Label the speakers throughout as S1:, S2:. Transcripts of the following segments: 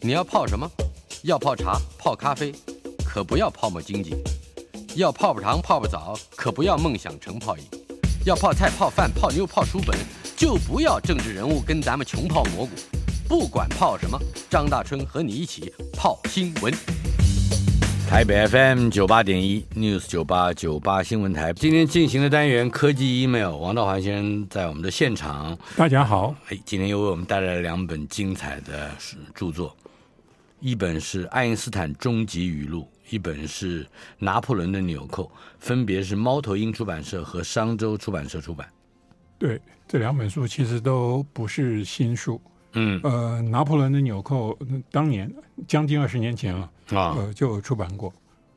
S1: 你要泡什么？要泡茶、泡咖啡，可不要泡沫经济；要泡泡糖、泡泡澡，可不要梦想成泡影；要泡菜、泡饭、泡妞、泡书本，就不要政治人物跟咱们穷泡蘑菇。不管泡什么，张大春和你一起泡新闻。
S2: 台北 FM 九八点一 News 九八九八新闻台，今天进行的单元科技 email，王道环先生在我们的现场，
S3: 大家好，
S2: 哎，今天又为我们带来了两本精彩的著作，一本是《爱因斯坦终极语录》，一本是《拿破仑的纽扣》，分别是猫头鹰出版社和商周出版社出版。
S3: 对这两本书其实都不是新书，
S2: 嗯
S3: 呃，拿破仑的纽扣嗯当年将近二十年前了，
S2: 啊，
S3: 呃，就出版过，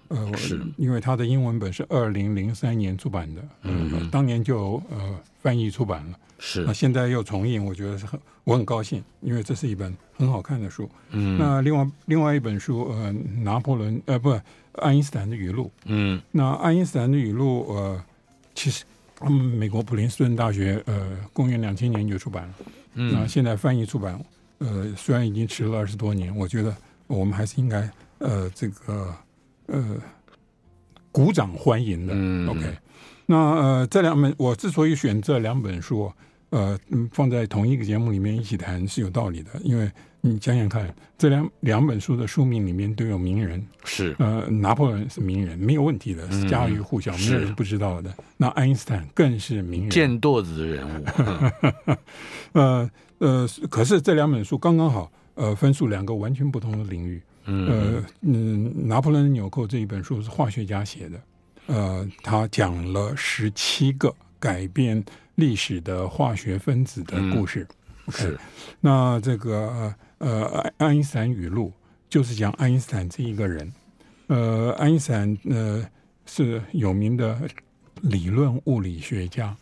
S3: 呃，我
S2: 是
S3: 因为它的英文本是二零零三年出版的，嗯、当年就呃翻译出版了，
S2: 是
S3: 那现在又重印，我觉得是很我很高兴，因为这是一本很好看的书。嗯，那另外另外一本书，呃，拿破仑呃不，爱因斯坦的语录，
S2: 嗯
S3: 那爱因斯坦的语录，呃，其实嗯，美国普林斯顿大学，呃，公元两千年就出版了，嗯，那现在翻译出版，呃，虽然已经迟了二十多年，我觉得我们还是应该，呃，这个，呃，鼓掌欢迎的。
S2: 嗯
S3: OK，那呃，这两本我之所以选这两本书，呃，嗯放在同一个节目里面一起谈是有道理的，因为你想想看，这两两本书的书名里面都有名人，
S2: 是
S3: 呃，拿破仑是名人，没有问题的，是家喻户晓，没有
S2: 嗯是
S3: 人不知道的。那爱因斯坦更是名人。
S2: 贱垛子的人物，嗯
S3: 呃呃，是可是这两本书刚刚好，呃，分属两个完全不同的领域。
S2: 嗯
S3: 呃嗯，拿破仑的纽扣这一本书是化学家写的，呃，他讲了十七个改变历史的化学分子的故事。
S2: 嗯
S3: 呃
S2: 是
S3: 那这个呃，爱爱因斯坦语录就是讲爱因斯坦这一个人。呃，爱因斯坦呃是有名的理论物理学家，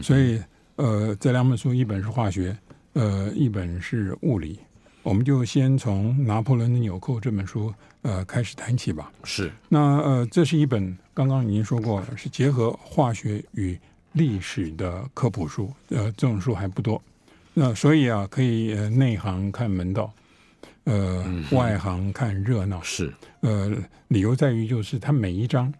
S3: 所以呃，这两本书一本是化学，呃，一本是物理。我们就先从《拿破仑的纽扣》这本书呃开始谈起吧。
S2: 是
S3: 那呃，这是一本刚刚已经说过了，是结合化学与历史的科普书，呃，这种书还不多。那所以啊，可以、呃、内行看门道，呃，外行看热闹。
S2: 是
S3: 呃，理由在于就是它每一章，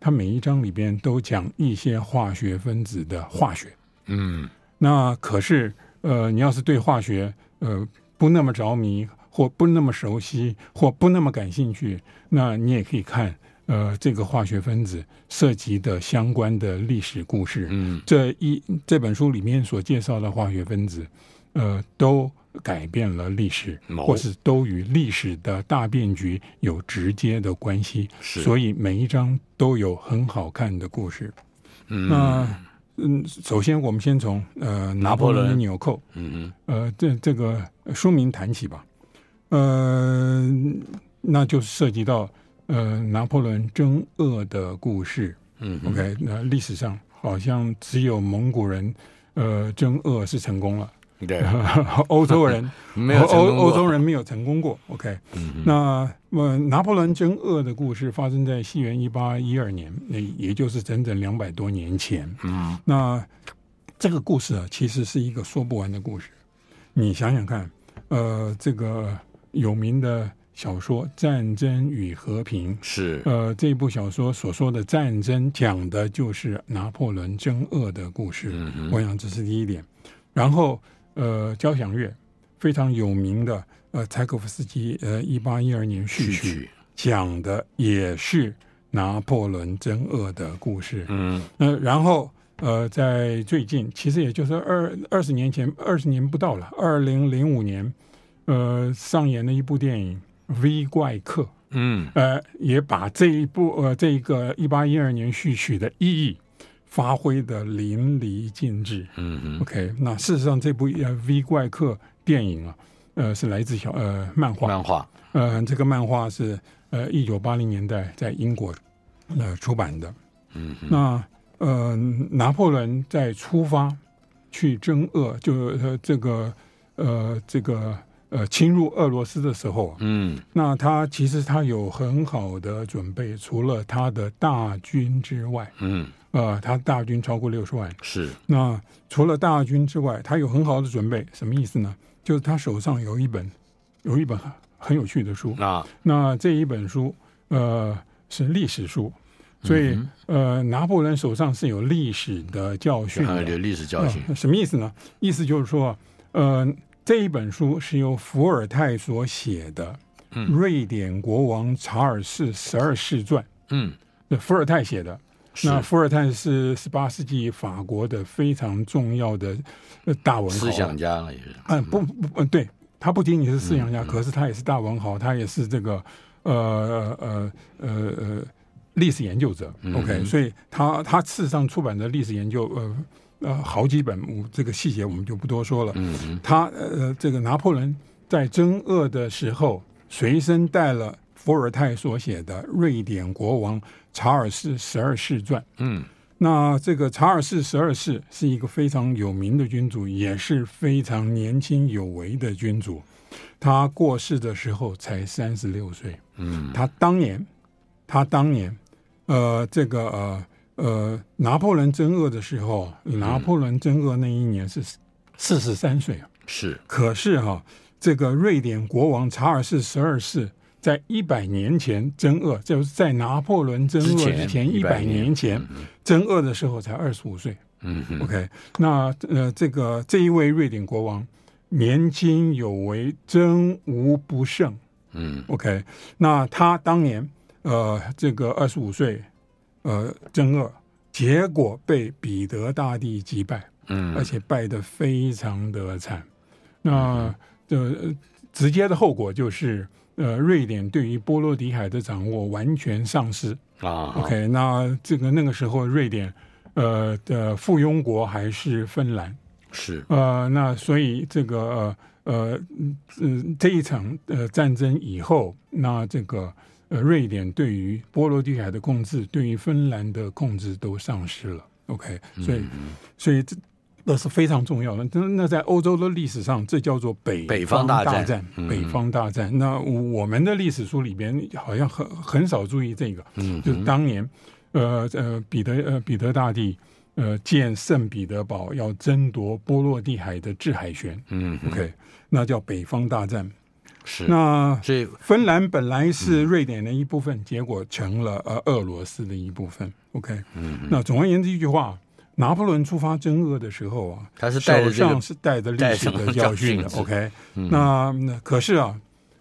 S3: 它每一章里边都讲一些化学分子的化学。
S2: 嗯
S3: 那可是呃，你要是对化学呃不那么着迷，或不那么熟悉，或不那么感兴趣，那你也可以看呃这个化学分子涉及的相关的历史故事。
S2: 嗯
S3: 这一这本书里面所介绍的化学分子，呃，都改变了历史，
S2: 某
S3: 或是都与历史的大变局有直接的关系。
S2: 是
S3: 所以每一章都有很好看的故事。
S2: 嗯
S3: 那嗯，首先我们先从呃拿
S2: 破
S3: 破
S2: 仑
S3: 仑的纽扣，
S2: 嗯
S3: 呃，这这个书名谈起吧。呃，那就涉及到呃拿破仑争恶的故事。
S2: 嗯哼
S3: OK，那历史上好像只有蒙古人呃争恶是成功了，
S2: 嗯对，
S3: 欧洲人
S2: 没有成
S3: 欧
S2: 功过嗯
S3: 欧洲人没有成功过。OK，、那么拿破仑争恶的故事发生在西元一八一二年，那也就是整整两百多年前。
S2: 嗯
S3: 那这个故事啊，其实是一个说不完的故事。你想想看，呃，这个有名的小说《战争与和平》，
S2: 是
S3: 呃，这部小说所说的战争，讲的就是拿破仑争恶的故事。
S2: 嗯哼
S3: 我想这是第一点。然后，呃，交响乐非常有名的，呃，柴可夫斯基，呃，一八一二年序
S2: 序
S3: 曲
S2: 曲
S3: 讲的也是拿破仑争恶的故事。
S2: 嗯
S3: 呃，然后呃，在最近，其实也就是二二十年前，二十年不到了，二零零五年，呃，上演了一部电影《V 怪客》，
S2: 嗯
S3: 呃，也把这一部呃这一个一八一二年序曲的意义发挥的淋漓尽致。
S2: 嗯哼
S3: OK，那事实上这部呃《V 怪客》电影啊，呃，是来自小呃漫画，
S2: 漫画
S3: 呃，这个漫画是呃一九八零年代在英国呃出版的。
S2: 嗯，
S3: 那呃，拿破仑在出发去争恶，就呃这个呃这个呃侵入俄罗斯的时候啊，
S2: 嗯
S3: 那他其实他有很好的准备，除了他的大军之外，
S2: 嗯
S3: 呃，他大军超过六十万，
S2: 是
S3: 那除了大军之外，他有很好的准备，什么意思呢？就是他手上有一本有一本很很有趣的书。
S2: 啊，
S3: 那这一本书，呃，是历史书，
S2: 嗯
S3: 所以、呃，拿破仑手上是有历史的教训
S2: 还有
S3: 的。
S2: 就历史教训
S3: 呃什么意思呢？意思就是说，呃，这一本书是由伏尔泰所写的
S2: 嗯
S3: 《瑞典国王查尔斯十二世传》，
S2: 嗯，
S3: 那伏尔泰写的。
S2: 是
S3: 那伏尔泰是十八世纪法国的非常重要的呃大文豪
S2: 思想家了也是，
S3: 嗯，不不不，对他不仅仅是思想
S2: 嗯
S3: 家，可是他也是大文豪，他也是这个呃呃呃呃历史研究者。OK，所
S2: 嗯
S3: 以他他事实上出版的历史研究呃呃好几本，我这个细节我们就不多说了。
S2: 嗯
S3: 他呃这个拿破仑在征俄的时候随身带了伏尔泰所写的《瑞典国王查尔斯十二世传》。
S2: 嗯
S3: 那这个查尔斯十二世是一个非常有名的君主，也是非常年轻有为的君主。他过世的时候才三十六岁。
S2: 嗯
S3: 他当年，他当年，呃，这个呃呃，拿破仑征俄的时候，拿破仑征俄那一年是四十三岁啊。
S2: 是
S3: 可是哈、这个瑞典国王查尔斯十二世在一百年前征俄，就是在拿破仑征
S2: 之
S3: 俄
S2: 前
S3: 之前一
S2: 100
S3: 百
S2: 年
S3: 年前征俄的时候才二十五岁。
S2: 嗯哼
S3: OK，那呃，这个这一位瑞典国王年轻有为，真无不胜。
S2: 嗯
S3: OK，那他当年呃，这个二十五岁，呃，征俄，结果被彼得大帝击败。而
S2: 嗯
S3: 且败得非常的惨。那呃，直接的后果就是，呃，瑞典对于波罗的海的掌握完全丧失。
S2: 啊
S3: OK，那这个那个时候，瑞典呃的附庸国还是芬兰。
S2: 是
S3: 呃，那所以这个呃呃嗯嗯这一场呃战争以后，那这个呃瑞典对于波罗的海的控制，对于芬兰的控制都丧失了。OK，所
S2: 嗯
S3: 以、所以这那是非常重要的。那那在欧洲的历史上，这叫做北
S2: 北方
S3: 方
S2: 大
S3: 战。
S2: 战嗯
S3: 北方大战。那我们的历史书里边好像很很少注意这个。
S2: 嗯
S3: 就是当年，呃呃，彼得呃彼得大帝呃建圣彼得堡，要争夺波罗的海的制海权。
S2: 嗯哼
S3: OK，那叫北方大战。
S2: 是
S3: 那
S2: 所以
S3: 芬兰本来
S2: 嗯
S3: 是瑞典的一部分，结果成了呃俄罗斯的一部分。OK，那
S2: 嗯
S3: 总而言之一句话，拿破仑出发征俄的时候啊，
S2: 他是带着
S3: 手
S2: 这个
S3: 上是带着历史
S2: 带
S3: 的
S2: 着
S3: 教训的
S2: 教训。嗯
S3: OK，那那可是啊，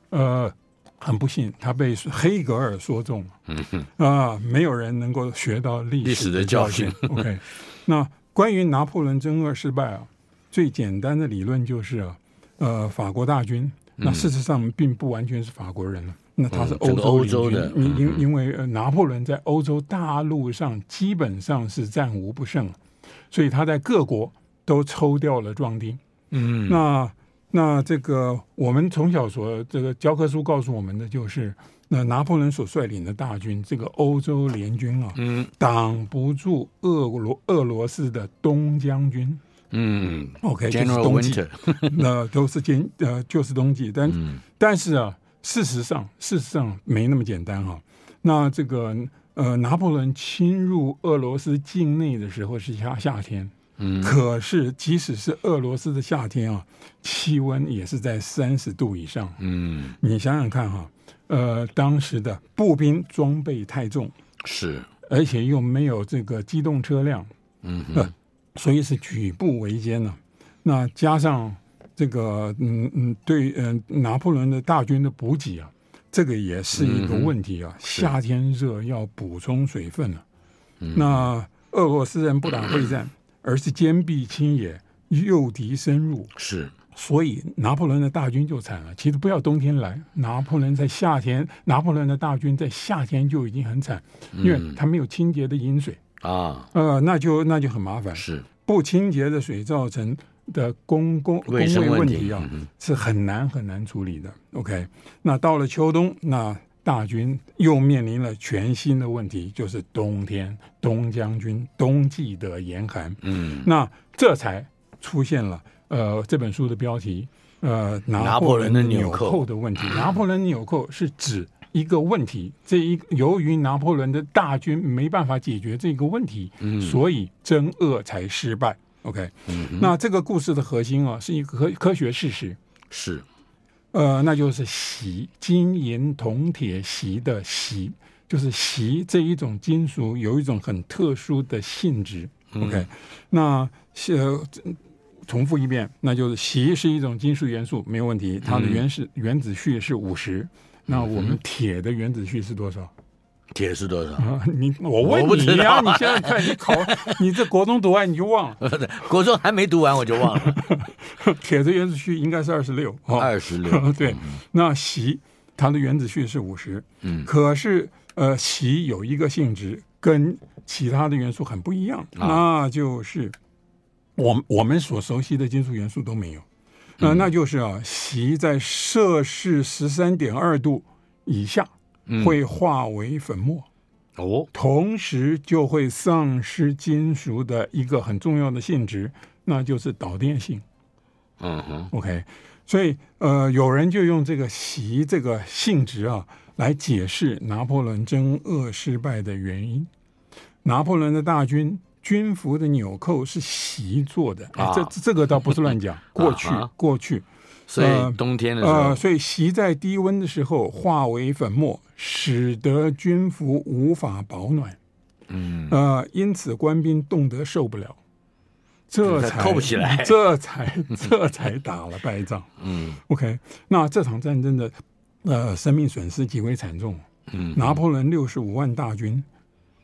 S3: 呃，很不幸，他被黑格尔说中了。
S2: 嗯哼
S3: 啊，没有人能够学到历
S2: 历史
S3: 史
S2: 的
S3: 的
S2: 教
S3: 教
S2: 训
S3: 训。OK，那关于拿破仑征俄失败啊，最简单的理论就是啊，呃，法国大军，那事实上并不完全是法国人了。那他是
S2: 嗯
S3: 欧
S2: 整个欧洲
S3: 洲
S2: 的
S3: 领军因
S2: 嗯嗯
S3: 因因为呃拿破仑在欧洲大陆上基本上是战无不胜，所以他在各国都抽调了壮丁。
S2: 嗯
S3: 那那这个我们从小所这个教科书告诉我们的就是，那拿破仑所率领的大军，这个欧洲联军啊，
S2: 嗯
S3: 挡不住俄罗俄罗斯的东将军。
S2: 嗯
S3: OK，就是
S2: General
S3: 冬季，
S2: Winter
S3: 那都是兼呃就是冬季，但
S2: 嗯
S3: 但是啊，事实上，事实上没那么简单哈、那这个呃，拿破仑侵入俄罗斯境内的时候是夏夏天，
S2: 嗯
S3: 可是即使是俄罗斯的夏天啊，气温也是在三十度以上。
S2: 嗯
S3: 你想想看哈、呃，当时的步兵装备太重，
S2: 是
S3: 而且又没有这个机动车辆，
S2: 嗯哼
S3: 呃，所以是举步维艰呢、那加上这个，嗯嗯，对，嗯、拿破仑的大军的补给啊，这个也是一个问题啊。夏天热要补充水分啊。那俄罗斯人不打会战，而是坚壁清野，诱敌深入，
S2: 是
S3: 所以拿破仑的大军就惨了。其实不要冬天来，拿破仑在夏天，拿破仑的大军在夏天就已经很惨，因为他没有清洁的饮水，
S2: 啊
S3: 呃，那就那就很麻烦。
S2: 是
S3: 不清洁的水造成的公共公
S2: 卫
S3: 卫
S2: 生问
S3: 问
S2: 题
S3: 题啊，
S2: 嗯
S3: 是很难很难处理的。OK，那到了秋冬，那大军又面临了全新的问题，就是冬天东将军冬季的严寒。
S2: 嗯
S3: 那这才出现了呃这本书的标题呃
S2: 拿
S3: 拿
S2: 破
S3: 破
S2: 仑
S3: 仑
S2: 的
S3: 的
S2: 纽
S3: 纽
S2: 扣
S3: 扣的问题。拿破仑纽扣是指一个问题，这一由于拿破仑的大军没办法解决这个问题，
S2: 嗯
S3: 所以征俄才失败。OK，、那这个故事的核心啊是一个科科学事实。
S2: 是
S3: 呃，那就是锡，金银铜铁锡的锡，就是锡这一种金属有一种很特殊的性质。OK，那呃，重复一遍，那就是锡是一种金属元素，没有问
S2: 嗯
S3: 题，它的原始原子序是五十。那我们铁的原子序是多少？
S2: 铁是多少？
S3: 啊，你我
S2: 我
S3: 问
S2: 不
S3: 你
S2: 知
S3: 呀、
S2: 道
S3: 你现在看你考，你这国中读完你就忘了，
S2: 国中还没读完我就忘了，
S3: 铁的原子序应该是二十六。哦
S2: 二十六
S3: 对，那锡它的原子序是五十，
S2: 嗯
S3: 可是呃，锡有一个性质跟其他的元素很不一样，
S2: 啊
S3: 那就是我我们所熟悉的金属元素都没有，那、
S2: 嗯
S3: 那就是啊，锡在摄氏十三点二度以下
S2: 嗯
S3: 会化为粉末。
S2: 哦，
S3: 同时就会丧失金属的一个很重要的性质，那就是导电性。
S2: 嗯哼，
S3: OK，所以呃，有人就用这个习这个性质啊，来解释拿破仑征俄失败的原因。拿破仑的大军军服的纽扣是习做的，哎
S2: 啊
S3: 这这个倒不是 乱讲，过去
S2: 啊哈
S3: 过去，
S2: 所
S3: 呃
S2: 以冬天的时
S3: 呃，
S2: 候，
S3: 所以席在低温的时候化为粉末，使得军服无法保暖。
S2: 嗯，
S3: 呃，因此官兵冻得受不了，这才
S2: 扣不起来
S3: 这才这才打了败仗。
S2: 嗯
S3: OK，那这场战争的呃生命损失极为惨重。
S2: 嗯，
S3: 拿破仑六十五万大军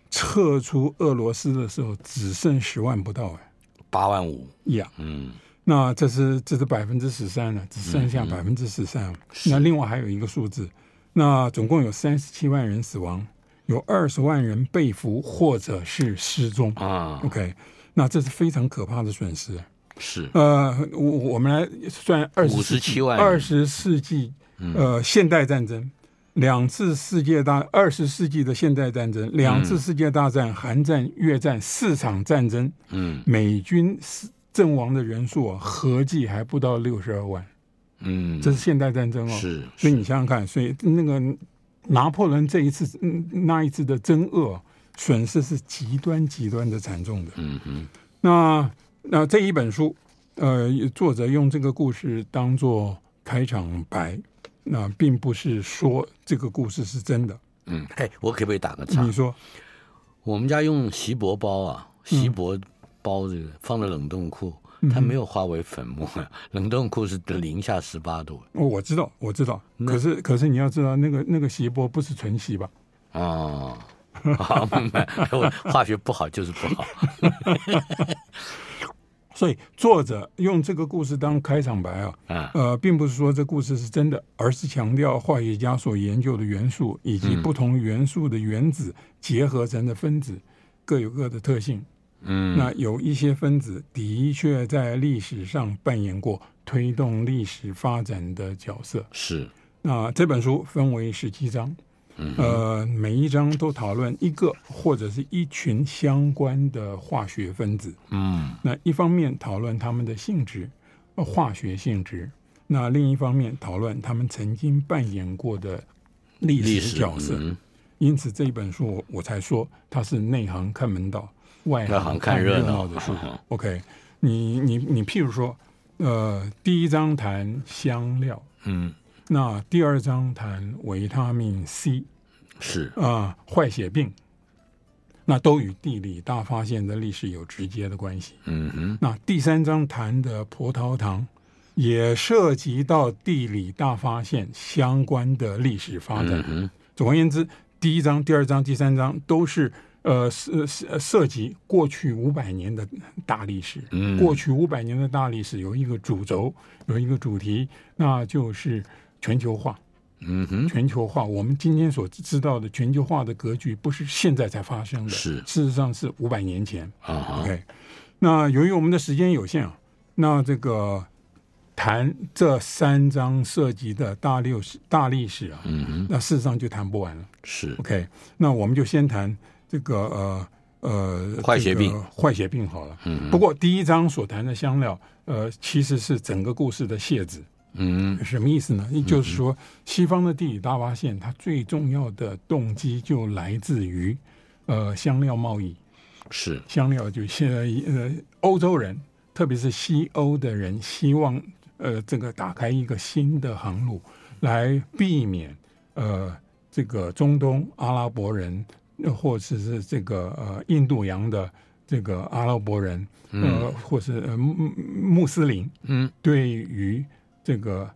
S3: 撤出俄罗斯的时候，只剩十万不到哎
S2: 八万五，
S3: 呀。
S2: 嗯，
S3: 那这是这是百分之十三啊了，只剩下百分之十三了。啊那另外还有一个数字，那总共有三十七万人死亡，有二十万人被俘或者是失踪。
S2: 啊，
S3: OK，那这是非常可怕的损失。
S2: 是，
S3: 呃，我我们来算二十
S2: 57万嗯
S3: 二十世纪呃现代战争，两次世界大二十世纪的现代战争，两次世界大战、韩战、越战四场战争，
S2: 嗯
S3: 美军死阵亡的人数啊，合计还不到六十二万，
S2: 嗯，
S3: 这是现代战争哦。，
S2: 是
S3: 所以你想想看，所以那个拿破仑这一次、嗯那一次的争恶啊损失是极端极端的惨重的。
S2: 嗯哼，
S3: 那那这一本书，呃，作者用这个故事当做开场白，那并不是说这个故事是真的。
S2: 嗯，哎，我可不可以打个岔
S3: 你？说嗯
S2: 我们家用锡箔包啊，锡箔包这个放在冷冻库，它没有化为粉末，啊 冷冻库是零下十八度
S3: 哦，我知道，我知道，可是可是你要知道，那个那个锡箔不是纯锡吧？
S2: 啊。 好，明白。我化学不好就是不好。
S3: 所以作者用这个故事当开场白啊，
S2: 啊
S3: 呃，并不是说这故事是真的，而是强调化学家所研究的元素以及不同元素的原子结合成的分子各有各的特性。
S2: 嗯，
S3: 那有一些分子的确在历史上扮演过推动历史发展的角色。
S2: 是，
S3: 那这本书分为十七章，呃，每一章都讨论一个或者是一群相关的化学分子。
S2: 嗯
S3: 那一方面讨论它们的性质，呃化学性质；那另一方面讨论他们曾经扮演过的历
S2: 历
S3: 史
S2: 史
S3: 角色。
S2: 嗯
S3: 因此，这一本书我我才说它是内行看门道，外
S2: 外行
S3: 看
S2: 看热闹
S3: 闹的书。OK，你你你，譬如说，呃，第一章谈香料，
S2: 嗯，
S3: 那第二章谈维他命 C
S2: 是
S3: 啊、坏血病，那都与地理大发现的历史有直接的关系。
S2: 嗯哼，
S3: 那第三章谈的葡萄糖，也涉及到地理大发现相关的历史发展。
S2: 嗯
S3: 总而言之，第一章、第二章、第三章都是呃涉涉涉及过去五百年的大历史。
S2: 嗯
S3: 过去五百年的大历史有一个主轴，有一个主题，那就是全球化。
S2: 嗯哼，
S3: 全球化，我们今天所知道的全球化的格局，不是现在才发生的，
S2: 是
S3: 事实上是五百年前。
S2: 啊哈，
S3: OK，那由于我们的时间有限啊，那这个谈这三章涉及的大历史大历史啊，
S2: 嗯哼，
S3: 那事实上就谈不完了。
S2: 是
S3: OK，那我们就先谈这个呃呃
S2: 坏血病嗯
S3: 这个坏血病好了。不过第一章所谈的香料，呃，其实是整个故事的楔子。
S2: 嗯
S3: 什么意思呢？就是说，西方的地理大发现，它最重要的动机就来自于呃香料贸易。
S2: 是
S3: 香料就现在呃，欧洲人，特别是西欧的人，希望呃这个打开一个新的航路，来避免呃这个中东阿拉伯人，呃或者是这个呃印度洋的这个阿拉伯人，呃或是呃穆穆斯林
S2: 嗯
S3: 对于这个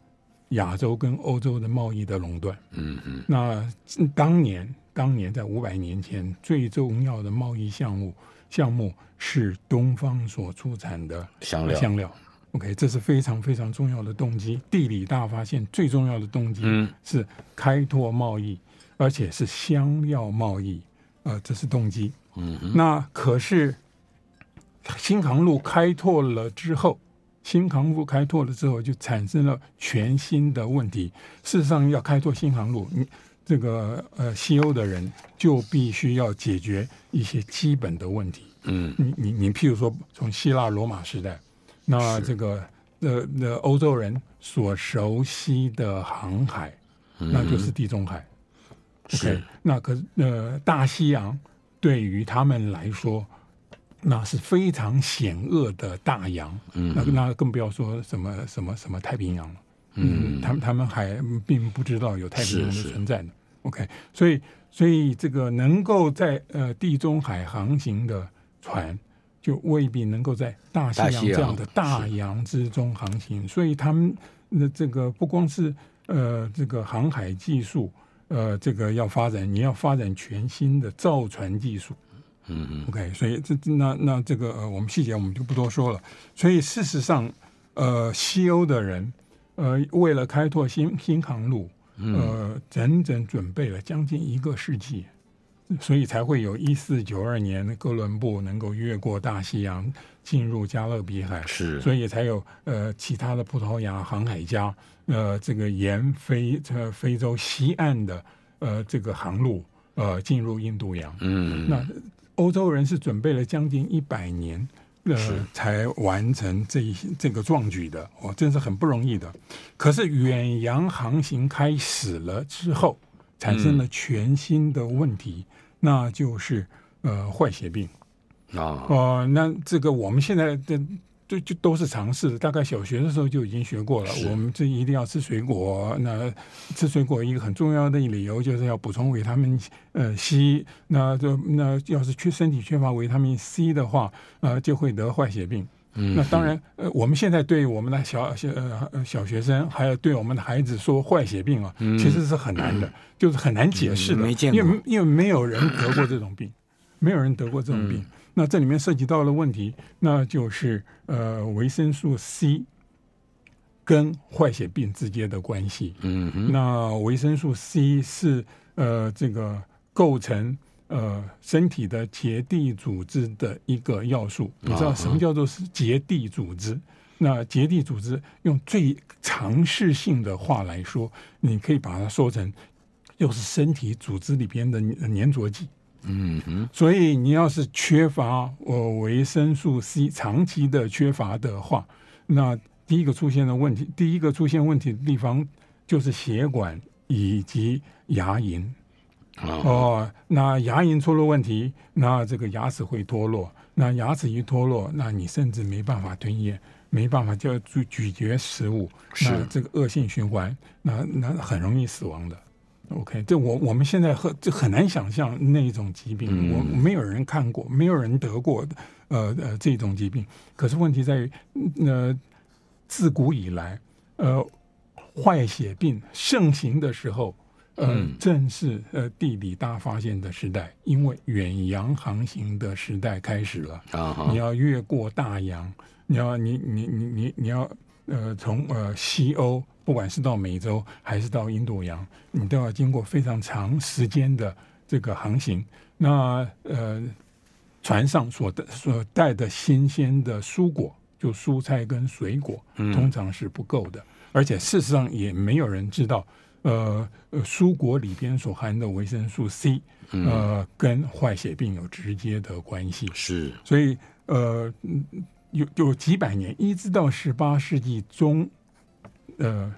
S3: 亚洲跟欧洲的贸易的垄断。
S2: 嗯嗯
S3: 那嗯当年，当年在五百年前，最重要的贸易项目项目是东方所出产的
S2: 香料
S3: 香料。OK，这是非常非常重要的动机。地理大发现最重要的动机
S2: 嗯
S3: 是开拓贸易，而且是香料贸易，呃，这是动机。
S2: 嗯哼
S3: 那可是新航路开拓了之后，新航路开拓了之后，就产生了全新的问题。事实上，要开拓新航路，你这个呃西欧的人就必须要解决一些基本的问题。
S2: 嗯
S3: 你你你，譬如说从希腊罗马时代，那这个呃呃欧洲人所熟悉的航海，
S2: 嗯
S3: 那就是地中海。
S2: 是
S3: OK，那可是呃大西洋对于他们来说，那是非常险恶的大洋。
S2: 嗯
S3: 那那更不要说什么什么什么太平洋了。嗯，他们他们还并不知道有太平洋
S2: 是
S3: 的
S2: 是
S3: 存在呢。OK，所以所以这个能够在呃地中海航行的船，就未必能够在大西
S2: 大西
S3: 洋
S2: 洋
S3: 这样的大洋之中航行。所以他们的这个不光是呃这个航海技术，呃这个要发展，你要发展全新的造船技术。
S2: 嗯嗯
S3: OK，所以这这那那这个呃，我们细节我们就不多说了。所以事实上，呃，西欧的人呃，为了开拓新新航路，呃，整整准备了将近一个世纪，所以才会有一四九二年哥伦布能够越过大西洋进入加勒比海，
S2: 是
S3: 所以才有呃其他的葡萄牙航海家呃这个沿非呃非洲西岸的呃这个航路呃进入印度洋。
S2: 嗯
S3: 那欧洲人是准备了将近一百年，呃，才完成这一这个壮举的，哦，真是很不容易的。可是远洋航行开始了之后，产生了全新的问题，那就是呃坏血病。
S2: 啊
S3: 哦，那这个我们现在的就就都是尝试的，大概小学的时候就已经学过了。我们这一定要吃水果，那吃水果一个很重要的理由就是要补充维他命呃 C。那就那要是缺身体缺乏维他命 C 的话，呃，就会得坏血病。
S2: 嗯
S3: 那当然，呃，我们现在对我们的小小呃呃小学生，还有对我们的孩子说坏血病啊，其实是很难的，就是很难解释
S2: 嗯
S3: 的，
S2: 嗯没见过
S3: 因为因为没有人得过 这种病，没有人得过这种
S2: 嗯
S3: 病。那这里面涉及到的问题，那就是呃维生素 C 跟坏血病之间的关系。
S2: 嗯哼
S3: 那维生素 C 是呃这个构成呃身体的结缔组织的一个要素。你
S2: 啊
S3: 知道什么叫做是结缔组织？那结缔组织用最常识性的话来说，你可以把它说成就是身体组织里边的粘粘着剂。
S2: 嗯哼
S3: 所以你要是缺乏呃维生素 C 长期的缺乏的话，那第一个出现的问题，第一个出现问题的地方就是血管以及牙龈
S2: 啊
S3: 哦、那牙龈出了问题，那这个牙齿会脱落，那牙齿一脱落，那你甚至没办法吞咽，没办法就咀咀嚼食物，
S2: 是
S3: 那这个恶性循环，那那很容易死亡的。OK，这我我们现在很这很难想象那一种疾病，
S2: 嗯
S3: 我没有人看过，没有人得过，呃呃这种疾病。可是问题在于，嗯呃，自古以来，呃，坏血病盛行的时候，呃，
S2: 嗯
S3: 正是呃地理大发现的时代，因为远洋航行的时代开始了。
S2: 啊哈
S3: 你要越过大洋，你要你你你你你要呃从呃西欧，不管是到美洲还是到印度洋，你都要经过非常长时间的这个航行。那呃，船上所带所带的新鲜的蔬果，就蔬菜跟水果，通常是不够的，而且事实上也没有人知道。呃呃，蔬果里边所含的维生素 C，呃，跟坏血病有直接的关系。
S2: 是
S3: 所以呃，嗯有有几百年，一直到十八世纪中，呃，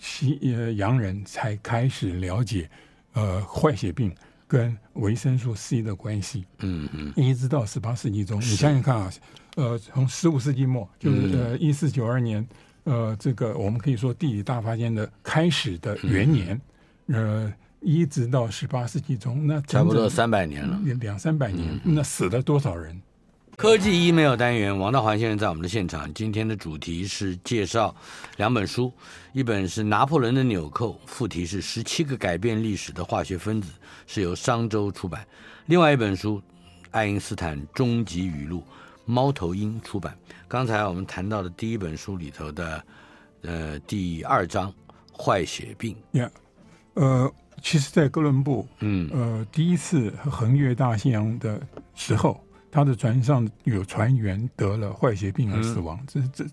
S3: 西呃洋人才开始了解呃坏血病跟维生素 C 的关系。
S2: 嗯嗯
S3: 一直
S2: 嗯
S3: 到十八世纪中，你想想看啊，呃，从十五世纪末，就是呃一四九二年，呃，这个我们可以说地理大发现的开始的元年，呃，一直到十八世纪中，那
S2: 嗯差不多
S3: 整
S2: 三百年了。嗯
S3: 整两三百年，那死了多少人？
S2: 科技 email 单元，王道环先生在我们的现场。今天的主题是介绍两本书，一本是《拿破仑的纽扣》，副题是“十七个改变历史的化学分子”，是由商周出版；另外一本书《爱因斯坦终极语录》，猫头鹰出版。刚才我们谈到的第一本书里头的，呃，第二章《坏血病》，
S3: 呀、呃，其实，在哥伦布
S2: 嗯
S3: 呃第一次横越大西洋的时候，他的船上有船员得了坏血病而死亡，这这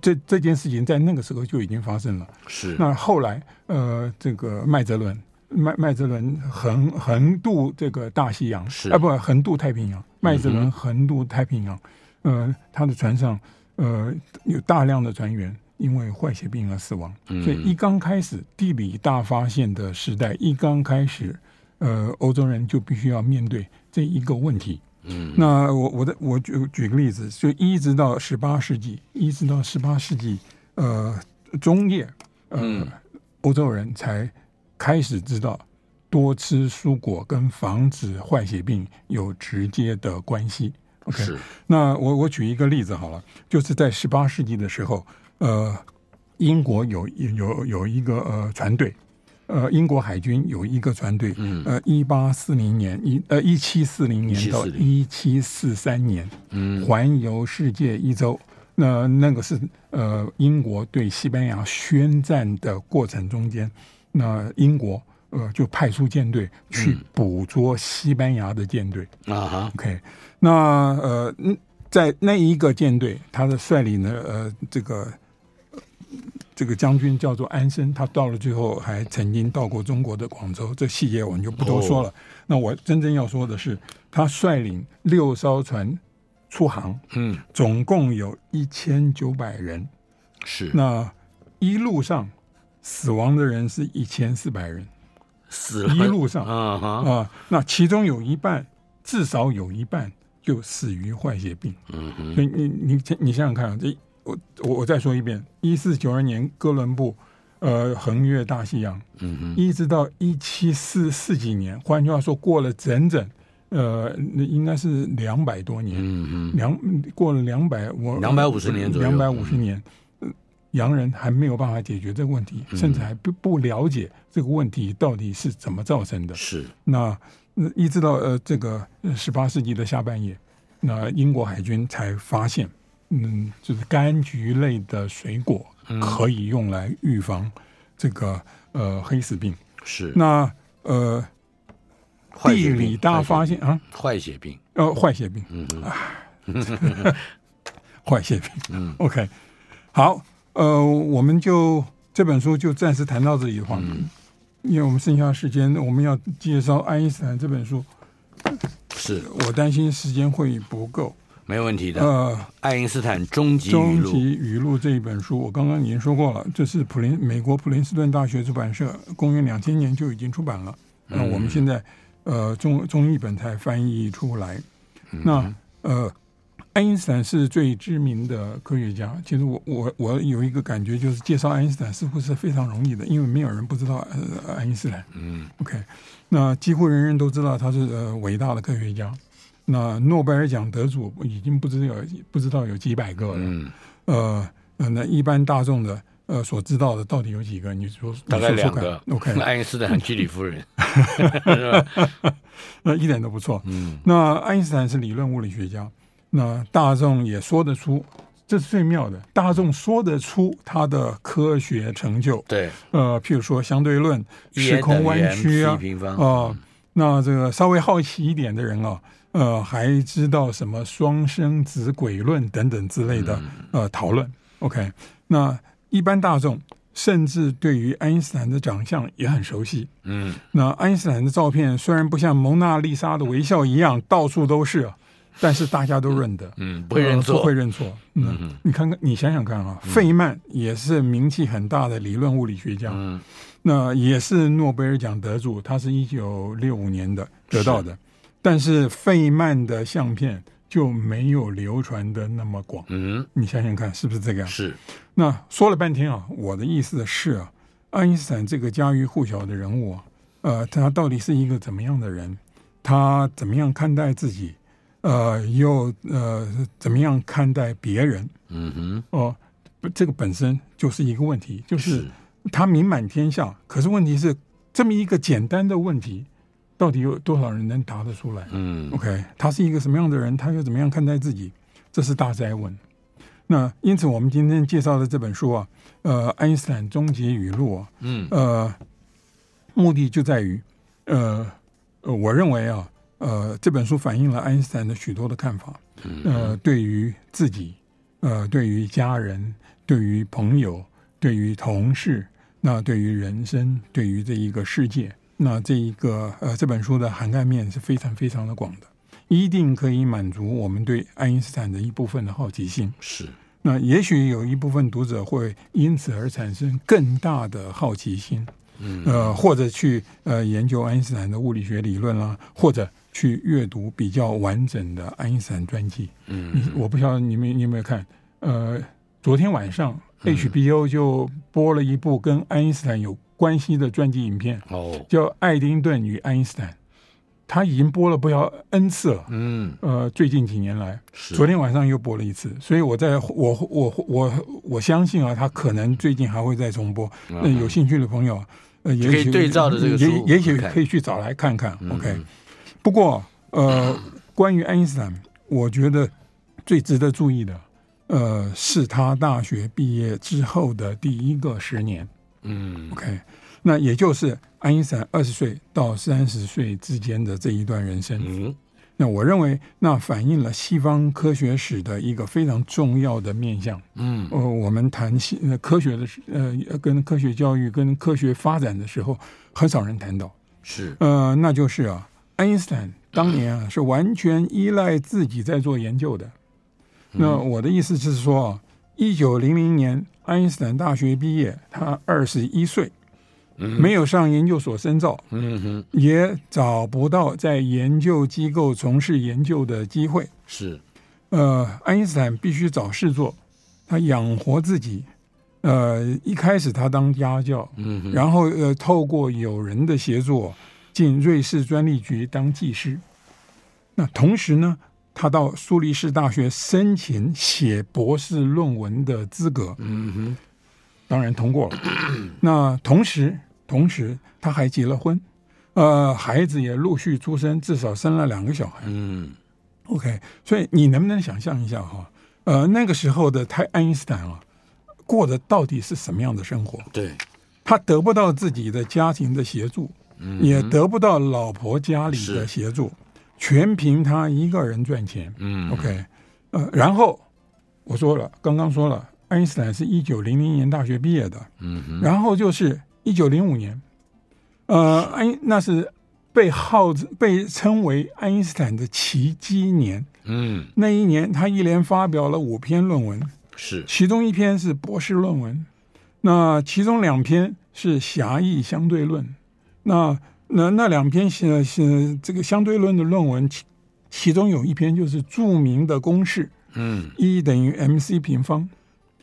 S3: 这这件事情在那个时候就已经发生了。
S2: 是
S3: 那后来，呃，这个麦哲伦，麦麦哲伦横横渡这个大西洋，
S2: 是嗯
S3: 啊，不横渡太平洋，麦哲伦横渡太平洋，呃，他的船上呃有大量的船员因为坏血病而死亡，
S2: 嗯
S3: 所以一刚开始地理大发现的时代，一刚开始，呃，欧洲人就必须要面对这一个问题。嗯，那我我的我举举个例子，就一直到十八世纪，一直到十八世纪，呃，中叶，呃，欧洲人才开始知道多吃蔬果跟防止坏血病有直接的关系。OK，
S2: 是
S3: 那我我举一个例子好了，就是在十八世纪的时候，呃，英国有有有一个呃船队，呃，英国海军有一个船队，嗯、呃，一八四零年一呃一七四零年到
S2: 1740
S3: 一七四三年，嗯，环游世界一周。那那个是呃英国对西班牙宣战的过程中间，那英国呃就派出舰队去捕捉西班牙的舰队，
S2: 啊哈，
S3: OK，那呃，嗯在那一个舰队，他的率领的呃这个呃这个将军叫做安生，他到了最后还曾经到过中国的广州，这细节我们就不多说了。那我真正要说的是，他率领六艘船出航，
S2: 嗯，
S3: 总共有一千九百人。
S2: 是
S3: 那一路上死亡的人是一千四百人
S2: 死了
S3: 一路上
S2: 啊
S3: 啊、
S2: 哈，
S3: 那其中有一半，至少有一半就死于坏血病。
S2: 嗯哼，
S3: 所以你你你想想看啊，这我我我再说一遍，一四九二年哥伦布呃横越大西洋，
S2: 嗯哼，
S3: 一直到一七四四几年，换句话说，过了整整呃那应该是两百多年，
S2: 嗯哼。
S3: 两过了两百我
S2: 250年左右嗯
S3: 两百五十年。呃洋人还没有办法解决这个问题，
S2: 嗯
S3: 甚至还不不了解这个问题到底是怎么造成的。
S2: 是，
S3: 那呃一直到呃这个十八世纪的下半叶，那英国海军才发现，嗯，就是柑橘类的水果
S2: 嗯
S3: 可以用来预防这个呃黑死病。
S2: 是
S3: 那呃
S2: 坏血病
S3: 地理大发现啊，
S2: 坏血病，
S3: 呃坏血病，啊
S2: 嗯哼，
S3: 坏血病。嗯，OK，好，呃，我们就这本书就暂时谈到这里的话，
S2: 嗯
S3: 因为我们剩下的时间，我们要介绍爱因斯坦这本书，
S2: 是
S3: 我担心时间会不够。
S2: 没问题的。
S3: 呃，
S2: 爱因斯坦终极语
S3: 终
S2: 录，
S3: 极语录这一本书，我刚刚已经说过了，这是普林美国普林斯顿大学出版社公元两千年就已经出版了。
S2: 嗯
S3: 那、我们现在呃中中译本才翻译出来。
S2: 嗯
S3: 那呃，爱因斯坦是最知名的科学家。其实我我我有一个感觉，就是介绍爱因斯坦似乎是非常容易的，因为没有人不知道呃爱因斯坦。
S2: 嗯
S3: OK，那几乎人人都知道他是呃伟大的科学家。那诺贝尔奖得主已经不知道有不知道有几百个了。
S2: 嗯，
S3: 呃，呃那一般大众的呃所知道的到底有几个？你说
S2: 大概
S3: 你说
S2: 两
S3: 说看
S2: 个。
S3: OK，
S2: 爱因斯坦、居里夫 人，是吧？
S3: 那一点都不错。
S2: 嗯，
S3: 那爱因斯坦是理论物理学家，那大众也说得出，这是最妙的，大众说得出他的科学成就。
S2: 对，
S3: 呃，譬如说相对论、
S2: E
S3: 时空弯曲啊
S2: 等于 MC 平方，
S3: 哦、那这个稍微好奇一点的人啊，呃，还知道什么双生子轨论等等之类的呃讨论。OK，那一般大众甚至对于爱因斯坦的长相也很熟悉。
S2: 嗯，
S3: 那爱因斯坦的照片虽然不像蒙娜丽莎的微笑一样到处都是啊，但是大家都认得。
S2: 嗯，不会认
S3: 呃不
S2: 错嗯
S3: 会，认错。嗯，你看看，你想想看啊，费曼也是名气很大的理论物理学家，
S2: 嗯，
S3: 那也是诺贝尔奖得主，他是一九六五年的得到的。但是费曼的相片就没有流传的那么广。
S2: 嗯，
S3: 你想想看，是不是这个样？
S2: 是，
S3: 那说了半天啊，我的意思是啊，爱因斯坦这个家喻户晓的人物啊，呃，他到底是一个怎么样的人？他怎么样看待自己？呃，又呃怎么样看待别人？
S2: 嗯哼，
S3: 哦、不这个本身就是一个问题，就是
S2: 是
S3: 他名满天下，可是问题是这么一个简单的问题，到底有多少人能答得出来？
S2: 嗯
S3: OK，他是一个什么样的人？他又怎么样看待自己？这是大灾问。那因此，我们今天介绍的这本书啊，呃，《爱因斯坦终极语录》啊，
S2: 嗯
S3: 呃，目的就在于，呃，呃我认为啊，呃，这本书反映了爱因斯坦的许多的看法，呃，对于自己，呃，对于家人，对于朋友，对于同事，那对于人生，对于这一个世界，那这一个呃，这本书的涵盖面是非常非常的广的，一定可以满足我们对爱因斯坦的一部分的好奇心。
S2: 是，
S3: 那也许有一部分读者会因此而产生更大的好奇心，
S2: 嗯
S3: 呃，或者去呃研究爱因斯坦的物理学理论啦、或者去阅读比较完整的爱因斯坦传记。
S2: 嗯
S3: 你我不晓得你们你有没有看？呃，昨天晚上
S2: 嗯
S3: HBO 就播了一部跟爱因斯坦有关系的传记影片，
S2: 哦，
S3: 叫《爱丁顿与爱因斯坦》，他已经播了不要 N 次了。
S2: 嗯
S3: 呃，最近几年来，
S2: 是，
S3: 昨天晚上又播了一次，所以我在我我我我相信啊，他可能最近还会再重播。那、
S2: 嗯
S3: 有兴趣的朋友，呃，也
S2: 可以
S3: 许
S2: 对照着这个书
S3: 也也许
S2: 看
S3: 可以去找来看看。
S2: 嗯
S3: OK，不过呃，关于爱因斯坦，我觉得最值得注意的，呃，是他大学毕业之后的第一个十年。
S2: 嗯
S3: OK，那也就是爱因斯坦二十岁到三十岁之间的这一段人生。
S2: 嗯
S3: 那我认为，那反映了西方科学史的一个非常重要的面向。
S2: 嗯
S3: 呃，我们谈西呃科学的时呃跟科学教育跟科学发展的时候，很少人谈到。
S2: 是，
S3: 呃，那就是啊，爱因斯坦当年啊是完全依赖自己在做研究的。那我的意思是说啊，一九零零年爱因斯坦大学毕业，他二十一岁，没有上研究所深造，
S2: 嗯哼
S3: 也找不到在研究机构从事研究的机会。
S2: 是，
S3: 呃，爱因斯坦必须找事做，他养活自己。呃，一开始他当家教，
S2: 嗯哼
S3: 然后呃，透过友人的协助进瑞士专利局当技师。那同时呢，他到苏黎世大学申请写博士论文的资格，
S2: 嗯哼
S3: 当然通过了。那同时，同时他还结了婚，呃，孩子也陆续出生，至少生了两个小孩。
S2: 嗯
S3: OK，所以你能不能想象一下哈？呃，那个时候的泰爱因斯坦啊，过的到底是什么样的生活？
S2: 对，
S3: 他得不到自己的家庭的协助，
S2: 嗯
S3: 也得不到老婆家里的
S2: 是
S3: 协助，全凭他一个人赚钱。
S2: 嗯
S3: OK，呃，然后我说了，刚刚说了，爱因斯坦是一九零零年大学毕业的，
S2: 嗯哼
S3: 然后就是一九零五年，呃，爱因那是被号被称为爱因斯坦的奇迹年。
S2: 嗯
S3: 那一年，他一连发表了五篇论文，
S2: 是，
S3: 其中一篇是博士论文，那其中两篇是狭义相对论。那那那两篇是是这个相对论的论文，其其中有一篇就是著名的公式
S2: 嗯
S3: E 等于 mc 平方。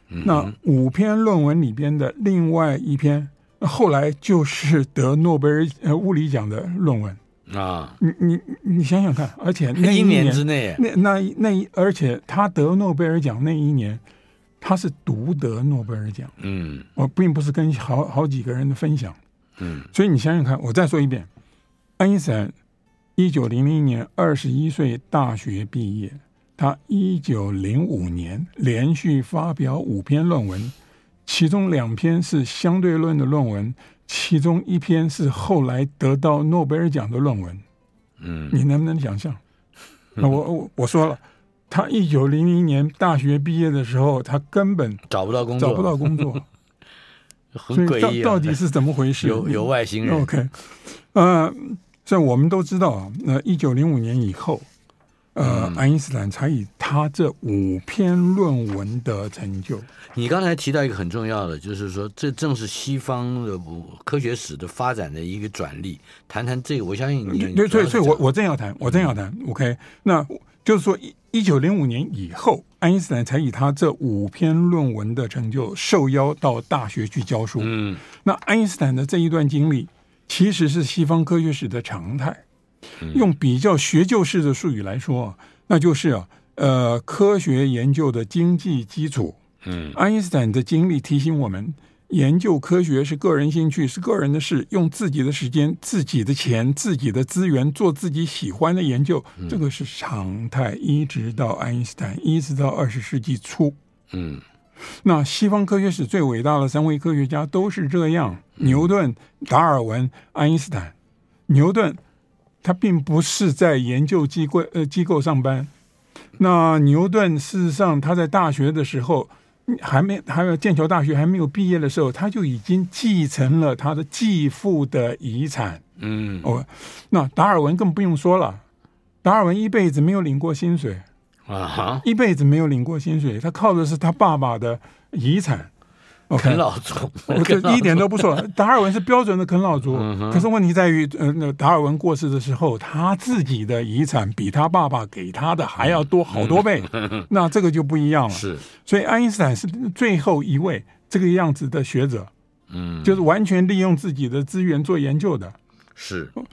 S2: 嗯
S3: 那五篇论文里边的另外一篇，后来就是得诺贝尔呃物理奖的论文。
S2: 啊，
S3: 你你你想想看，而且那
S2: 一
S3: 年
S2: 年之内，
S3: 那那一那一，而且他得诺贝尔奖那一年，他是独得诺贝尔奖，
S2: 嗯
S3: 我并不是跟好好几个人的分享。
S2: 嗯
S3: 所以你想想看，我再说一遍，爱因斯坦一九零零年二十一岁大学毕业，他一九零五年连续发表五篇论文，其中两篇是相对论的论文，其中一篇是后来得到诺贝尔奖的论文。
S2: 嗯
S3: 你能不能想象？那我我我说了，他一九零零年大学毕业的时候，他根本
S2: 找不到工作，
S3: 找不到工作，
S2: 很
S3: 所
S2: 诡异
S3: 以
S2: 啊，
S3: 到到底是怎么回事？
S2: 有有外星人，
S3: OK，呃，
S2: 嗯
S3: 所以我们都知道啊，那一九零五年以后，呃，爱因斯坦才以他他这五篇论文的成就。
S2: 你刚才提到一个很重要的，就是说这正是西方的文科学史的发展的一个转力。谈谈这个，我相信你。
S3: 对，所以，所以我
S2: 我
S3: 我正要谈，我正要谈。OK，那就是说，一一九零五年以后，爱因斯坦才以他这五篇论文的成就受邀到大学去教书。
S2: 嗯
S3: 那爱因斯坦的这一段经历，其实是西方科学史的常态。用比较学究式的术语来说啊，那就是啊，呃，科学研究的经济基础。
S2: 嗯
S3: 爱因斯坦的经历提醒我们，研究科学是个人兴趣，是个人的事，用自己的时间、自己的钱、自己的资源做自己喜欢的研究，这个是常态，一直到爱因斯坦，一直到二十世纪初。
S2: 嗯
S3: 那西方科学史最伟大的三位科学家都是这样：牛顿、达尔文、爱因斯坦。牛顿他并不是在研究机构呃机构上班，那牛顿事实上他在大学的时候。还没，还有剑桥大学还没有毕业的时候，他就已经继承了他的继父的遗产。
S2: 嗯
S3: 哦，那达尔文更不用说了，达尔文一辈子没有领过薪水，
S2: 啊哈，
S3: 一辈子没有领过薪水，他靠的是他爸爸的遗产。
S2: 啃
S3: OK，
S2: 老嗯族，
S3: 我这一点都 不错。达尔文是标准的啃老族，可是问题在于，呃，那达尔文过世的时候，他自己的遗产比他爸爸给他的还要多好多倍，那这个就不一样了。
S2: 嗯是
S3: 所以爱因斯坦是最后一位这个样子的学者，
S2: 嗯
S3: 就是完全利用自己的资源做研究的，
S2: 是，
S3: 哦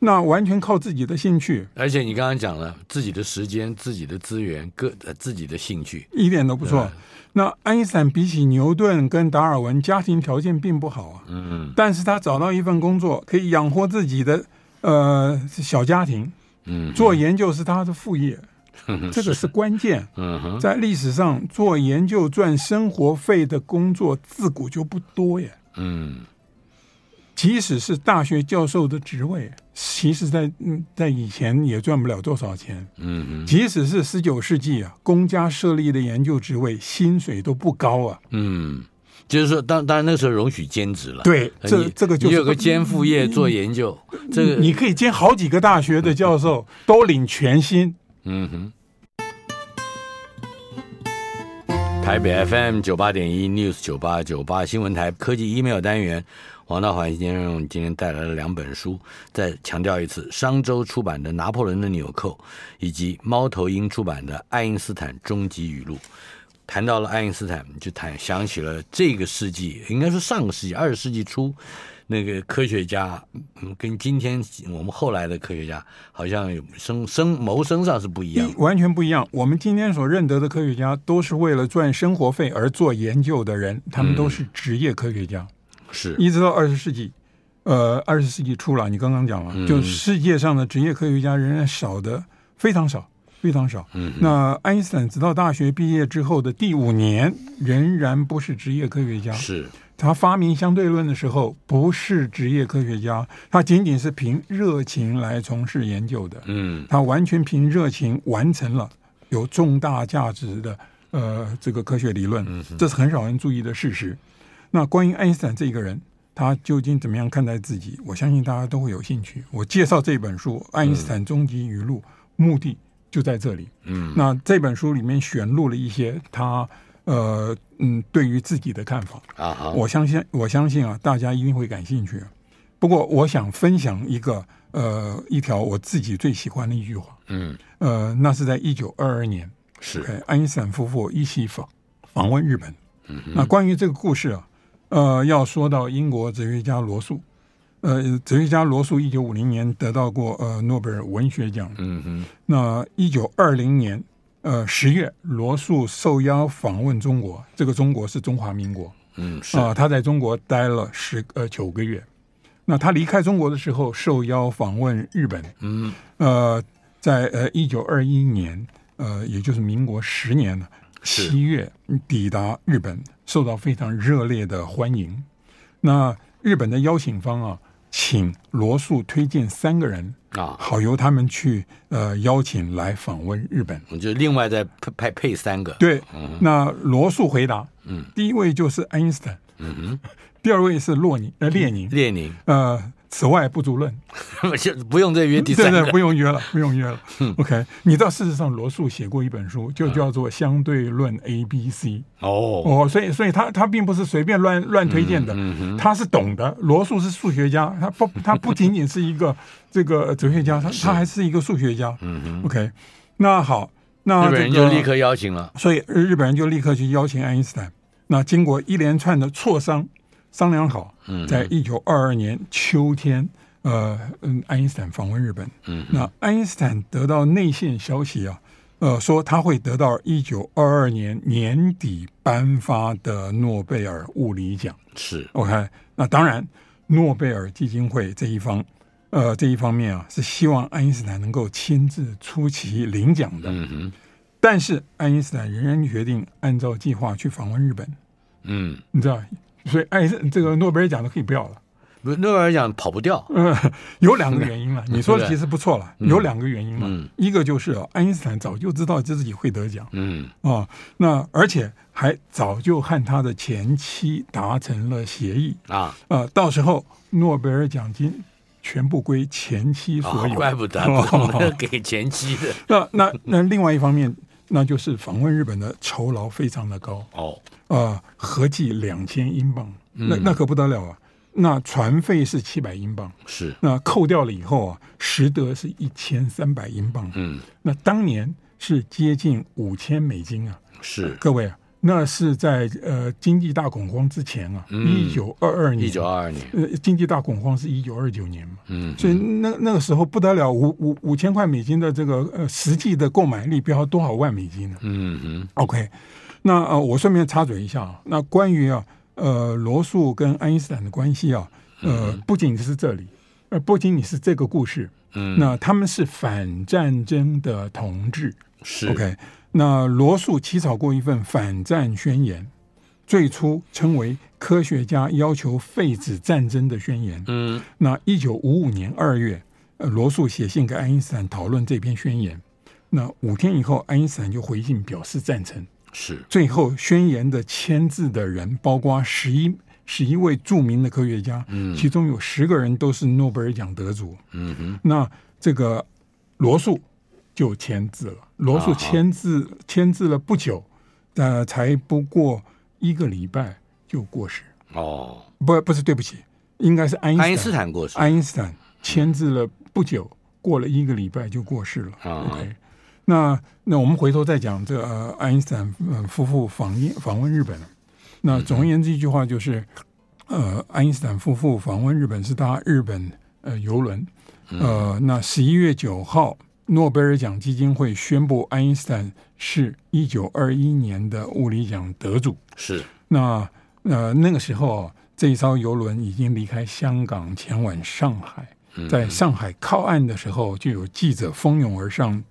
S3: 那完全靠自己的兴趣，
S2: 而且你刚刚讲了自己的时间、自己的资源、各呃自己的兴趣，
S3: 一点都不错。那爱因斯坦比起牛顿跟达尔文，家庭条件并不好啊。
S2: 嗯
S3: 但是他找到一份工作，可以养活自己的呃小家庭，
S2: 嗯
S3: 做研究是他的副业，
S2: 哼
S3: 这个是关键。
S2: 嗯哼
S3: 在历史上，做研究赚生活费的工作自古就不多耶。
S2: 嗯
S3: 即使是大学教授的职位，其实在嗯在以前也赚不了多少钱。
S2: 嗯
S3: 即使是十九世纪啊，公家设立的研究职位，薪水都不高啊。
S2: 嗯，就是说，当当然那时候容许兼职了，
S3: 对，
S2: 呃，
S3: 这
S2: 你
S3: 这个就
S2: 你
S3: 是嗯
S2: 有个兼副业做研究，这个
S3: 你可以兼好几个大学的教授，都领全薪。
S2: 嗯哼。台北 FM 九八点一 News 九八九八新闻台科技 email 单元，王道环先生今天带来了两本书，再强调一次，商周出版的《拿破仑的纽扣》，以及猫头鹰出版的《爱因斯坦终极语录》。谈到了爱因斯坦，就谈想起了这个世纪，应该说上个世纪二十世纪初，那个科学家，嗯，跟今天我们后来的科学家好像有生生谋生上是不一样
S3: 一。完全不一样。我们今天所认得的科学家，都是为了赚生活费而做研究的人，他
S2: 嗯
S3: 们都是职业科学家。
S2: 是，
S3: 一直到二十世纪，呃，二十世纪初了，你刚刚讲了，
S2: 嗯
S3: 就世界上的职业科学家仍然少的非常少，非常少。
S2: 嗯哼
S3: 那爱因斯坦直到大学毕业之后的第五年，仍然不是职业科学家。
S2: 是，
S3: 他发明相对论的时候，不是职业科学家，他仅仅是凭热情来从事研究的。
S2: 嗯
S3: 他完全凭热情完成了有重大价值的呃这个科学理
S2: 嗯
S3: 论，这是很少人注意的事实。那关于爱因斯坦这个人，他究竟怎么样看待自己？我相信大家都会有兴趣。我介绍这本
S2: 嗯
S3: 书《爱因斯坦终极语录》，目的就在这里。
S2: 嗯，
S3: 那这本书里面选录了一些他呃嗯对于自己的看法。
S2: 啊哈，
S3: 我相信，我相信啊，大家一定会感兴趣。啊不过，我想分享一个呃一条我自己最喜欢的一句话，
S2: 嗯
S3: 呃，那是在一九二二年，
S2: 是，
S3: 哎爱因斯坦夫妇一起访访问日本。
S2: 嗯
S3: 那关于这个故事啊，呃，要说到英国哲学家罗素，呃，哲学家罗素一九五零年得到过呃诺贝尔文学奖，
S2: 嗯哼，
S3: 那一九二零年，呃，十月，罗素受邀访问中国，这个中国是中华民国
S2: 嗯是，
S3: 啊、他在中国待了十呃九个月。那他离开中国的时候，受邀访问日本。
S2: 嗯
S3: 呃，在呃一九二一年，呃，也就是民国十年了，
S2: 是
S3: 七月抵达日本，受到非常热烈的欢迎。那日本的邀请方啊，请罗素推荐三个人
S2: 啊，
S3: 好由他们去呃邀请来访问日本。
S2: 我就另外再配配配三个，，
S3: 对，那罗素回答，
S2: 嗯，
S3: 第一位就是爱因斯坦，
S2: 嗯哼，嗯
S3: 第二位是洛宁呃列宁，
S2: 列宁，
S3: 呃，此外不足论，
S2: 就不用再约第
S3: 真
S2: 三
S3: 的
S2: 个。嗯
S3: 不用约了， 不用约了。OK，你知道，事实上罗素写过一本书，就叫做《相对论 A B C》。
S2: 哦，
S3: 哦，所以所以他他并不是随便乱乱推荐
S2: 嗯
S3: 的，他是懂的。罗素是数学家，他不他不仅仅是一个这个哲学 家，他他还是一个数学家。嗯 OK，那好，那
S2: 日本
S3: 啊这
S2: 人就
S3: 个
S2: 立，刻邀请了。
S3: 所以日本人就立刻去邀请爱因斯坦。那经过一连串的磋商，商量好，在一九二二年秋天，呃，嗯，爱因斯坦访问日本。嗯，那爱因斯坦得到内线消息啊，呃，说他会得到一九二二年年底颁发的诺贝尔物理奖。
S2: 是
S3: OK，那当然，诺贝尔基金会这一方，呃，这一方面啊，是希望爱因斯坦能够亲自出席领奖的。嗯
S2: 哼。
S3: 但是爱因斯坦仍然决定按照计划去访问日本，
S2: 嗯，
S3: 你知道，所以爱因斯这个诺贝尔奖都可以不要了。
S2: 不诺贝尔奖跑不掉。
S3: 嗯，有两个原因了。你说的
S2: 对
S3: 其实不错了，有两个原因了。
S2: 嗯
S3: 一个就是啊爱因斯坦早就知道自己会得奖
S2: 嗯
S3: 啊、那而且还早就和他的前妻达成了协议，
S2: 啊，
S3: 呃，到时候诺贝尔奖金全部归前妻所
S2: 哦
S3: 有。
S2: 怪不 得
S3: 哦
S2: 我们给前妻的。
S3: 那那那另外一方面，那就是访问日本的酬劳非常的高，
S2: 哦，
S3: 呃，合计两千英镑，
S2: 嗯
S3: 那那可不得了啊！那船费是七百英镑，
S2: 是
S3: 那扣掉了以后啊，实得是一千三百英镑。
S2: 嗯
S3: 那当年是接近五千美金啊，
S2: 是
S3: 各位啊，那是在呃经济大恐慌之前啊，一九二二
S2: 嗯
S3: 年，
S2: 一九二二年。
S3: 呃，经济大恐慌是一九二九年嘛，
S2: 嗯
S3: 所以那那个时候不得了，五五五千块美金的这个呃实际的购买力，不知道多少万美金呢、啊
S2: 嗯哼
S3: OK，那呃，我顺便插嘴一下啊，那关于啊呃罗素跟爱因斯坦的关系啊，
S2: 嗯
S3: 呃，不仅是这里，呃，不仅仅是这个故事，
S2: 嗯，
S3: 那他们是反战争的同志。
S2: 是
S3: OK，那罗素起草过一份反战宣言，最初称为《科学家要求废止战争的宣言》。
S2: 嗯
S3: 那一九五五年二月，呃，罗素写信给爱因斯坦讨论这篇宣言。那五天以后，爱因斯坦就回信表示赞成。
S2: 是
S3: 最后，宣言的签字的人包括十一十一位著名的科学家，其中有十个人都是诺贝尔奖得主。
S2: 嗯哼
S3: 那这个罗素就签字了。罗素
S2: 啊
S3: 签字、签字了不久，呃，才不过一个礼拜就过世。
S2: 哦，
S3: 不，不是，对不起，应该是爱因斯坦。
S2: 爱因斯坦过世。
S3: 爱因斯坦签字了不久，过了一个礼拜就过世了。
S2: 啊
S3: OK，那那我们回头再讲这、呃、爱因斯坦、呃、夫妇访英访问日本。那总而言之，一句话就是，呃，爱因斯坦夫妇访问日本是搭日本呃游轮。
S2: 嗯
S3: 呃，那十一月九号，诺贝尔奖基金会宣布爱因斯坦是一九二一年的物理奖得主。
S2: 是
S3: 那呃那个时候啊，这一艘游轮已经离开香港，前往上海。在上海靠岸的时候，就有记者蜂拥而上，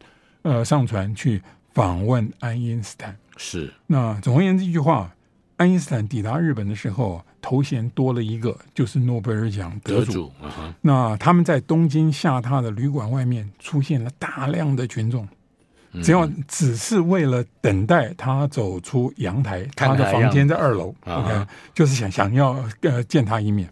S3: 呃，上船去访问爱因斯坦。
S2: 是
S3: 那总而言之，一句话，爱因斯坦抵达日本的时候，头衔多了一个，就是诺贝尔奖
S2: 得
S3: 得主。
S2: 主啊哈
S3: 那他们在东京下榻的旅馆外面出现了大量的群众，
S2: 嗯
S3: 只要只是为了等待他走出阳台，
S2: 看
S3: 他
S2: 看
S3: 的
S2: 样
S3: 房
S2: 子
S3: 间在二楼
S2: 啊
S3: ，OK，就是想想要呃见他一面。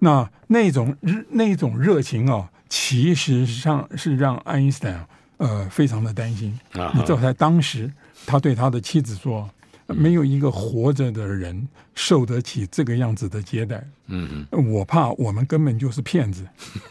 S3: 那那种热那种热情哦，其实上是让爱因斯坦啊呃非常的担心。
S2: 啊
S3: 你
S2: 哈
S3: 知道在当时，他对他的妻子说，
S2: 嗯
S3: 没有一个活着的人受得起这个样子的接待。
S2: 嗯
S3: 我怕我们根本就是骗子，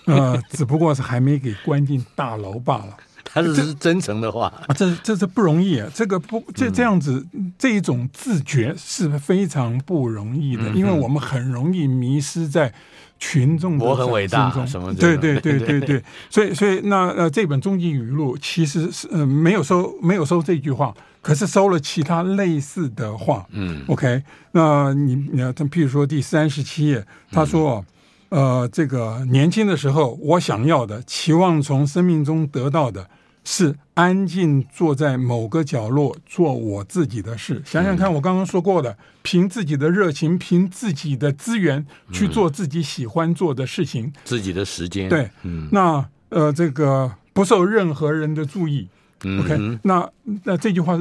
S3: 呃，只不过是还没给关进大牢罢了。
S2: 哼，他这是真诚的话。
S3: 啊，这这是不容易啊，这个不
S2: 嗯
S3: 这这样子，这一种自觉是非常不容易
S2: 嗯
S3: 的，因为我们很容易迷失在群众的
S2: 我很
S3: 掌
S2: 伟大
S3: 声中
S2: 什么这
S3: 对
S2: 种
S3: 对对对对，所以所以那呃这本终极语录其实是呃没有收没有收这句话，可是收了其他类似的话，
S2: 嗯
S3: OK，那你你看，譬如说第三十七页，他说，呃，这个年轻的时候，我想要的、期望从生命中得到的是安静坐在某个角落做我自己的事。想想看，我刚刚说过的，凭自己的热情，凭自己的资源去做自己喜欢做的事情。
S2: 自己的时间
S3: 对，
S2: 嗯
S3: 那呃，这个不受任何人的注意。
S2: 嗯
S3: OK，
S2: 哼
S3: 那那这句话，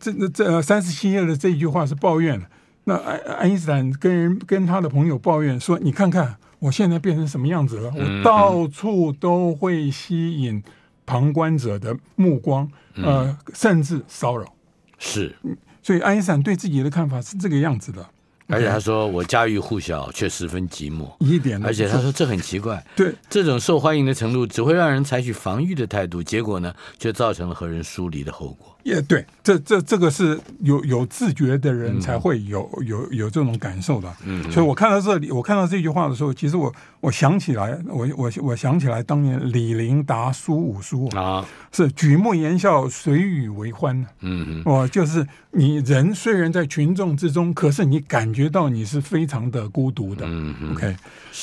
S3: 这这呃三十七页的这一句话是抱怨了。那爱爱因斯坦跟人跟他的朋友抱怨说：“你看看，我现在变成什么样子了？
S2: 嗯
S3: 我到处都会吸引旁观者的目光，
S2: 嗯
S3: 呃，甚至骚扰。
S2: 是，
S3: 所以爱因斯坦对自己的看法是这个样子的，
S2: 而且他说我家喻户晓，却十分寂寞。
S3: 一点都
S2: 而
S3: 不
S2: 且他说这很奇怪，
S3: 对
S2: 这种受欢迎的程度只会让人采取防御的态度，结果呢，却造成了和人疏离的后果。
S3: 也对，这这这个是有有自觉的人才会有、有有这种感受的。嗯，所以我看到这里，我看到这句话的时候，其实我我想起来，我我我想起来当年李琳达苏武书啊，
S2: 啊，
S3: 是举目言笑，随语为欢呢。
S2: 嗯
S3: 哦，就是你人虽然在群众之中，可是你感觉到你是非常的孤独的。
S2: 嗯嗯，
S3: OK，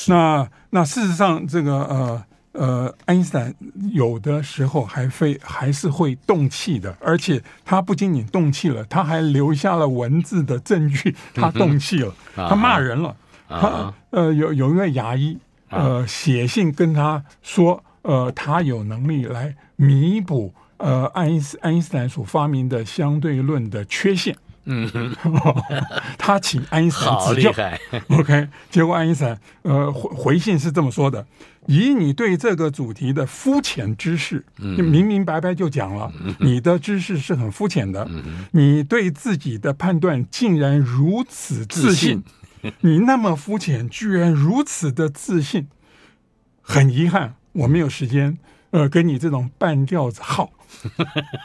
S3: 那那事实上，这个呃呃，爱因斯坦有的时候还非还是会动气的，而且他不仅仅动气了，他还留下了文字的证据，他动气了，
S2: 嗯啊哈
S3: 他骂人了，
S2: 啊
S3: 他
S2: 哈
S3: 呃有有一位牙医呃写信跟他说，呃，他有能力来弥补。呃，爱因斯爱因斯坦所发明的相对论的缺陷，嗯， 他请爱因斯
S2: 好
S3: 坦指
S2: 厉
S3: 教，
S2: 害，
S3: OK，结果爱因斯坦呃回回信是这么说的：以你对这个主题的肤浅知识，
S2: 嗯
S3: 就明明白白就讲了，你的知识是很肤浅
S2: 嗯
S3: 的，你对自己的判断竟然如此自信，你那么肤浅，居然如此的自信，很遗憾，我没有时间。呃，跟你这种半吊 子耗，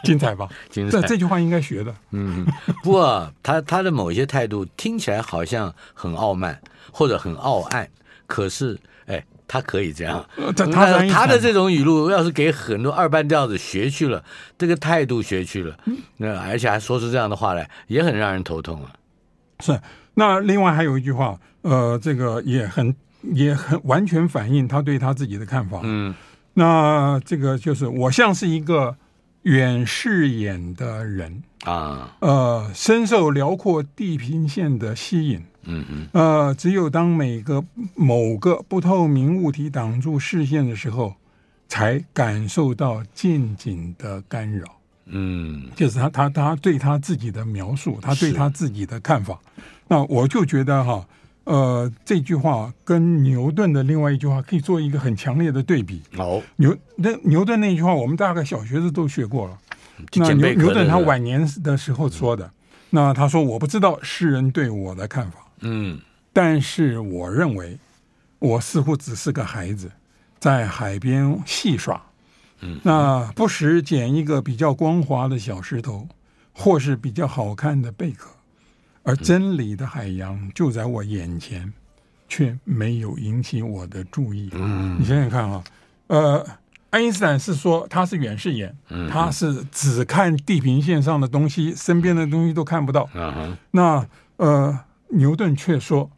S3: 精彩吧？
S2: 精
S3: 这
S2: 彩。
S3: 这句话应该学的。
S2: 嗯，不过他他的某一些态度听起来好像很傲慢或者很傲岸，可是哎，他可哦以这样。
S3: 呃这他是爱
S2: 他
S3: 因斯
S2: 嗯他
S3: 坦
S2: 的这种语录，要是给很多二班调子学去了，这个态度学去了，那而且还说出这样的话来，也很让人头痛啊。
S3: 是，那另外还有一句话，呃，这个也很也很完全反映他对他自己的看法。
S2: 嗯，
S3: 那这个就是我像是一个远视眼的人，
S2: 啊，
S3: 呃，深受辽阔地平线的吸引。
S2: 嗯嗯
S3: 呃，只有当每个某个不透明物体挡住视线的时候，才感受到近景的干扰。
S2: 嗯，
S3: 就是他他他对他自己的描述，他对
S2: 是
S3: 他自己的看法。那我就觉得哈，呃，这句话跟牛顿的另外一句话可以做一个很强烈的对比。
S2: 哦，
S3: 牛那牛顿那句话，我们大概小学时都学过了。
S2: 就
S3: 那
S2: 简
S3: 牛
S2: 贝壳
S3: 牛顿
S2: 的嗯
S3: 他
S2: 是吧
S3: 晚年的时候说的，那他说我不知道世人对我的看法，
S2: 嗯
S3: 但是我认为我似乎只是个孩子，在海边戏耍。
S2: 嗯，
S3: 那不时捡一个比较光滑的小石头，或是比较好看的贝壳，而真理的海洋就在我眼前，却没有引起我的注意。嗯，你想想看啊，呃，爱因斯坦是说他是远视眼，他是只看地平线上的东西，身边的东西都看不到。
S2: 啊哈，
S3: 那呃，牛顿却说，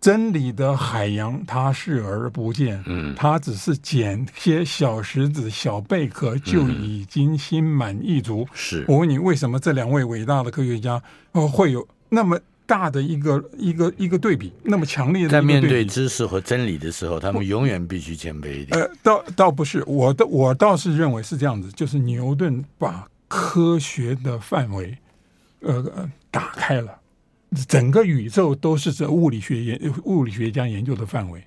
S3: 真理的海洋他视而不见，
S2: 嗯
S3: 他只是捡些小石子、小贝壳就已经心满意足。
S2: 是
S3: 我问你，为什么这两位伟大的科学家呃会有那么大的一个一个一个对比，那么强烈的一个
S2: 在面
S3: 对
S2: 对
S3: 比？
S2: 知识和真理的时候，他们永远必须谦卑一点。
S3: 呃，倒倒不是，我的我倒是认为是这样子，就是牛顿把科学的范围，呃，呃打开了，整个宇宙都是这物理学研物理学家研究的范围。